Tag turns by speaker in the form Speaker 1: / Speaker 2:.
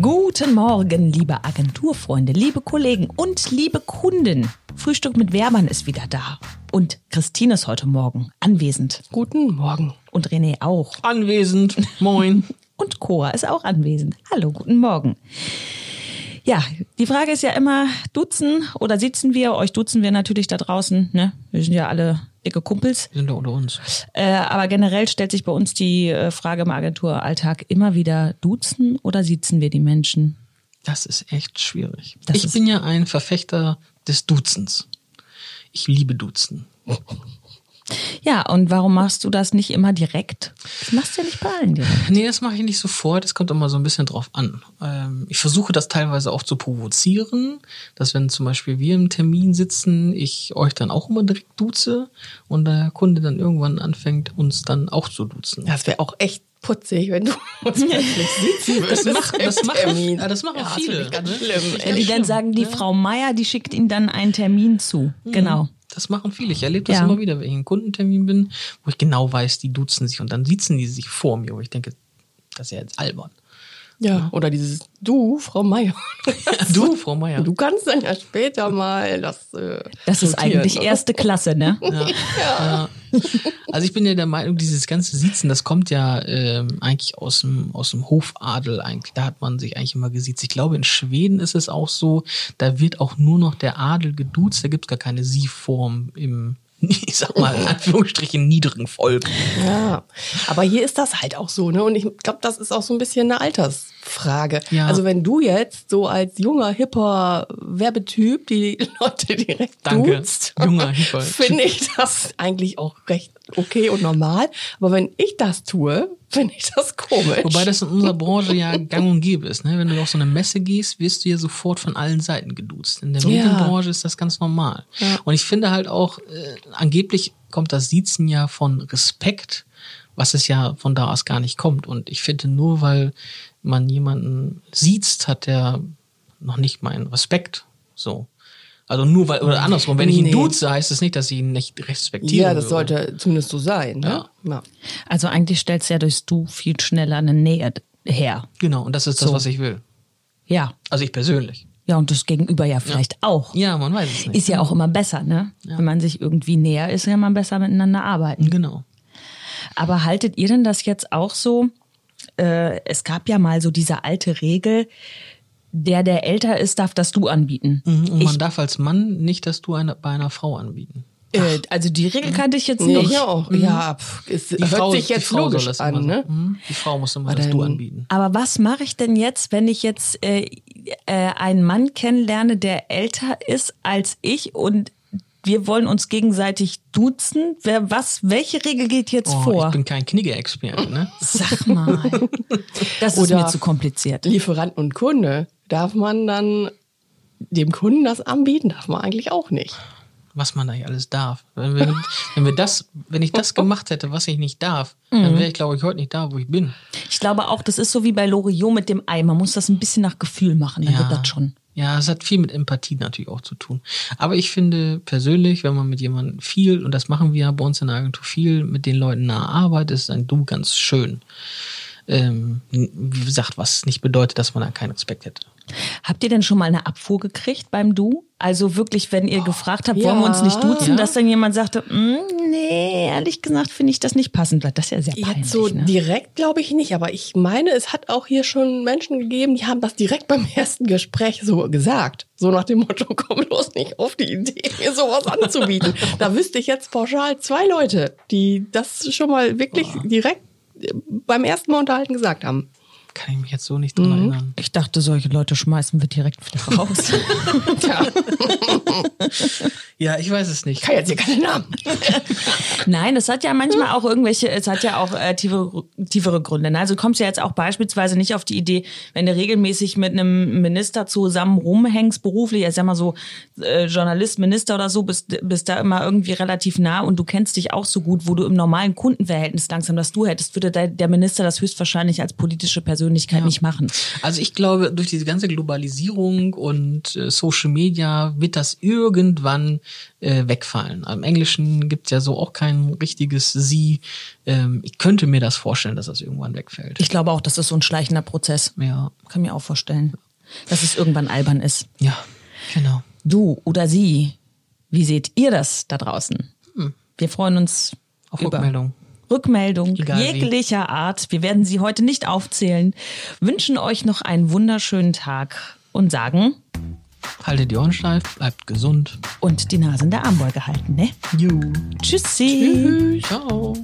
Speaker 1: Guten Morgen, liebe Agenturfreunde, liebe Kollegen und liebe Kunden. Frühstück mit Werbern ist wieder da. Und Christine ist heute Morgen anwesend.
Speaker 2: Guten Morgen.
Speaker 1: Und René auch.
Speaker 3: Anwesend. Moin.
Speaker 1: Und Cora ist auch anwesend. Hallo, guten Morgen. Ja, die Frage ist ja immer, duzen oder sitzen wir? Euch duzen wir natürlich da draußen. Ne? Wir sind ja alle dicke Kumpels.
Speaker 3: Wir sind ja unter uns.
Speaker 1: Äh, aber generell stellt sich bei uns die äh, Frage im Agenturalltag immer wieder, duzen oder sitzen wir die Menschen?
Speaker 3: Das ist echt schwierig.
Speaker 1: Das
Speaker 3: ich
Speaker 1: ist-
Speaker 3: bin ja ein Verfechter des Duzens. Ich liebe Duzen.
Speaker 1: Ja, und warum machst du das nicht immer direkt? Das machst du ja nicht bei allen direkt.
Speaker 3: Nee, das mache ich nicht sofort. Das kommt immer so ein bisschen drauf an. Ähm, ich versuche das teilweise auch zu provozieren, dass wenn zum Beispiel wir im Termin sitzen, ich euch dann auch immer direkt duze und der Kunde dann irgendwann anfängt, uns dann auch zu duzen.
Speaker 2: Das wäre auch echt putzig, wenn du uns plötzlich sitzen
Speaker 3: Das machen- das
Speaker 2: im
Speaker 3: machen-
Speaker 2: Termin.
Speaker 3: ja, das machen
Speaker 2: ja,
Speaker 3: viele,
Speaker 2: Das finde ich ganz
Speaker 3: ne?
Speaker 2: schlimm.
Speaker 3: Ich-
Speaker 2: ey.
Speaker 1: die dann sagen, die Frau Meier, die schickt ihnen dann einen Termin zu. Genau.
Speaker 3: Das machen viele. Ich erlebe das
Speaker 1: Ja.
Speaker 3: immer wieder, wenn ich in Kundentermin bin, wo ich genau weiß, die duzen sich und dann sitzen die sich vor mir, wo ich denke, das ist ja jetzt albern.
Speaker 2: Ja, oder dieses Du, Frau Meier.
Speaker 3: Du, Frau Meier.
Speaker 2: Du kannst dann ja später mal das. Äh,
Speaker 1: Das ist
Speaker 2: sortieren,
Speaker 1: eigentlich
Speaker 2: oder?
Speaker 1: erste Klasse, ne?
Speaker 3: Ja. Ja. Also ich bin ja der Meinung, dieses ganze Siezen, das kommt ja ähm, eigentlich aus dem, aus dem Hofadel. Eigentlich. Da hat man sich eigentlich immer gesiezt. Ich glaube, in Schweden ist es auch so, da wird auch nur noch der Adel geduzt. Da gibt es gar keine Sie-Form im, ich sag mal, in Anführungsstrichen niedrigen Volk.
Speaker 2: Ja, aber hier ist das halt auch so, ne? Und ich glaube, das ist auch so ein bisschen eine Altersfrage.
Speaker 3: Ja.
Speaker 2: Also wenn du jetzt so als junger, hipper Werbetyp die Leute direkt
Speaker 3: Danke.
Speaker 2: duzt,
Speaker 3: Junger, hipper
Speaker 2: finde ich das eigentlich auch recht okay und normal. Aber wenn ich das tue, finde ich das komisch.
Speaker 3: Wobei das in unserer Branche ja gang und gäbe ist. Ne? Wenn du auf so eine Messe gehst, wirst du ja sofort von allen Seiten geduzt. In der
Speaker 2: Ja.
Speaker 3: Medienbranche ist das ganz normal. Und ich finde halt auch, äh, angeblich kommt das Siezen ja von Respekt, was es ja von da aus gar nicht kommt. Und ich finde, nur weil man jemanden siezt, hat der noch nicht meinen Respekt. So. Also nur weil, oder andersrum, wenn ich ihn
Speaker 2: Nee.
Speaker 3: duze, heißt es nicht, dass ich ihn nicht respektiere.
Speaker 2: ja, das sollte zumindest so sein. Ne? Ja.
Speaker 1: Also eigentlich stellst du ja durchs Du viel schneller eine Nähe her.
Speaker 3: Genau, und das ist das, was ich will.
Speaker 1: Ja.
Speaker 3: Also ich persönlich.
Speaker 1: Ja, und das Gegenüber ja vielleicht auch.
Speaker 3: Ja, man weiß es nicht.
Speaker 1: Ist ja auch immer besser, ne? Wenn man sich irgendwie näher ist, kann man besser miteinander arbeiten.
Speaker 3: Genau.
Speaker 1: Aber haltet ihr denn das jetzt auch so? Äh, es gab ja mal so diese alte Regel, der, der älter ist, darf das Du anbieten.
Speaker 3: Mhm, Und man
Speaker 1: ich,
Speaker 3: darf als Mann nicht das Du eine, bei einer Frau anbieten.
Speaker 1: äh, also die Regel kannte ich jetzt
Speaker 2: Nee,
Speaker 1: nicht.
Speaker 2: ich auch. Ja, pf, es hört sich
Speaker 3: Mhm. die
Speaker 2: jetzt
Speaker 3: Frau soll
Speaker 2: logisch
Speaker 3: das
Speaker 2: an,
Speaker 3: immer so-
Speaker 2: ne?
Speaker 3: Mhm, Die Frau muss immer das
Speaker 2: dann-
Speaker 3: Du anbieten.
Speaker 1: Aber was mache ich denn jetzt, wenn ich jetzt äh, äh, einen Mann kennenlerne, der älter ist als ich und wir wollen uns gegenseitig duzen? Wer, was, welche Regel geht jetzt
Speaker 3: Oh,
Speaker 1: vor?
Speaker 3: Ich bin kein Knigge-Experte, ne?
Speaker 1: Sag mal. Das ist
Speaker 2: Oder-
Speaker 1: mir zu kompliziert.
Speaker 2: Lieferant und Kunde, darf man dann dem Kunden das anbieten? Darf man eigentlich auch nicht.
Speaker 3: Was man da hier alles darf. Wenn, wir, wenn, wir das, wenn ich
Speaker 2: Oh.
Speaker 3: das gemacht hätte, was ich nicht darf, dann
Speaker 2: Mhm.
Speaker 3: wäre ich, glaube ich, heute nicht da, wo ich bin.
Speaker 1: Ich glaube auch, das ist so wie bei Loriot mit dem Ei. Man muss das ein bisschen nach Gefühl machen, dann wird das schon.
Speaker 3: Ja, es hat viel mit Empathie natürlich auch zu tun. Aber ich finde persönlich, wenn man mit jemandem viel, und das machen wir ja bei uns in der Agentur viel, mit den Leuten nahe arbeitet, ist ein Du ganz schön. Ähm, wie gesagt, was nicht bedeutet, dass man da keinen Respekt hätte.
Speaker 1: Habt ihr denn schon mal eine Abfuhr gekriegt beim Du? Also wirklich, wenn ihr gefragt habt, wollen wir uns nicht duzen,
Speaker 2: ja.
Speaker 1: dass dann jemand sagte, "Mm, nee, ehrlich gesagt finde ich das nicht passend. Das ist ja sehr peinlich.
Speaker 2: Jetzt so
Speaker 1: ne?
Speaker 2: direkt glaube ich nicht, aber ich meine, es hat auch hier schon Menschen gegeben, die haben das direkt beim ersten Gespräch so gesagt. So nach dem Motto, komm bloß nicht auf die Idee, mir sowas anzubieten. da wüsste ich jetzt pauschal zwei Leute, die das schon mal wirklich direkt äh, beim ersten Mal unterhalten gesagt haben.
Speaker 3: Kann ich mich jetzt so nicht
Speaker 1: Mhm.
Speaker 3: dran erinnern.
Speaker 1: Ich dachte, solche Leute schmeißen wir direkt wieder raus.
Speaker 2: Tja,
Speaker 3: Ja, ich weiß es
Speaker 2: ich
Speaker 3: nicht.
Speaker 2: kann jetzt hier keinen Namen.
Speaker 1: Nein, es hat ja manchmal auch irgendwelche, es hat ja auch äh, tiefere, tiefere Gründe. ne? Also du kommst ja jetzt auch beispielsweise nicht auf die Idee, wenn du regelmäßig mit einem Minister zusammen rumhängst, beruflich, jetzt sag mal so äh, Journalist, Minister oder so, bist, bist da immer irgendwie relativ nah und du kennst dich auch so gut, wo du im normalen Kundenverhältnis langsam das Du hättest, würde der, der Minister das höchstwahrscheinlich als politische Persönlichkeit nicht machen.
Speaker 3: Also ich glaube, durch diese ganze Globalisierung und äh, Social Media wird das irgendwann äh, wegfallen. Im Englischen gibt es ja so auch kein richtiges Sie. Ähm, ich könnte mir das vorstellen, dass das irgendwann wegfällt.
Speaker 1: Ich glaube auch, das ist so ein schleichender Prozess.
Speaker 3: ja,
Speaker 1: Kann mir auch vorstellen, dass es irgendwann albern ist.
Speaker 3: ja, genau.
Speaker 1: Du oder sie, wie seht ihr das da draußen? Wir freuen uns
Speaker 3: Auf
Speaker 1: über
Speaker 3: Hm. Rückmeldung.
Speaker 1: Rückmeldung
Speaker 3: Egal wie.
Speaker 1: jeglicher Art. Wir werden sie heute nicht aufzählen. Wünschen euch noch einen wunderschönen Tag und sagen
Speaker 3: Haltet die Ohren steif, bleibt gesund.
Speaker 1: und die Nase in der Armbeuge halten, ne?
Speaker 3: You.
Speaker 1: Tschüssi.
Speaker 3: Ciao.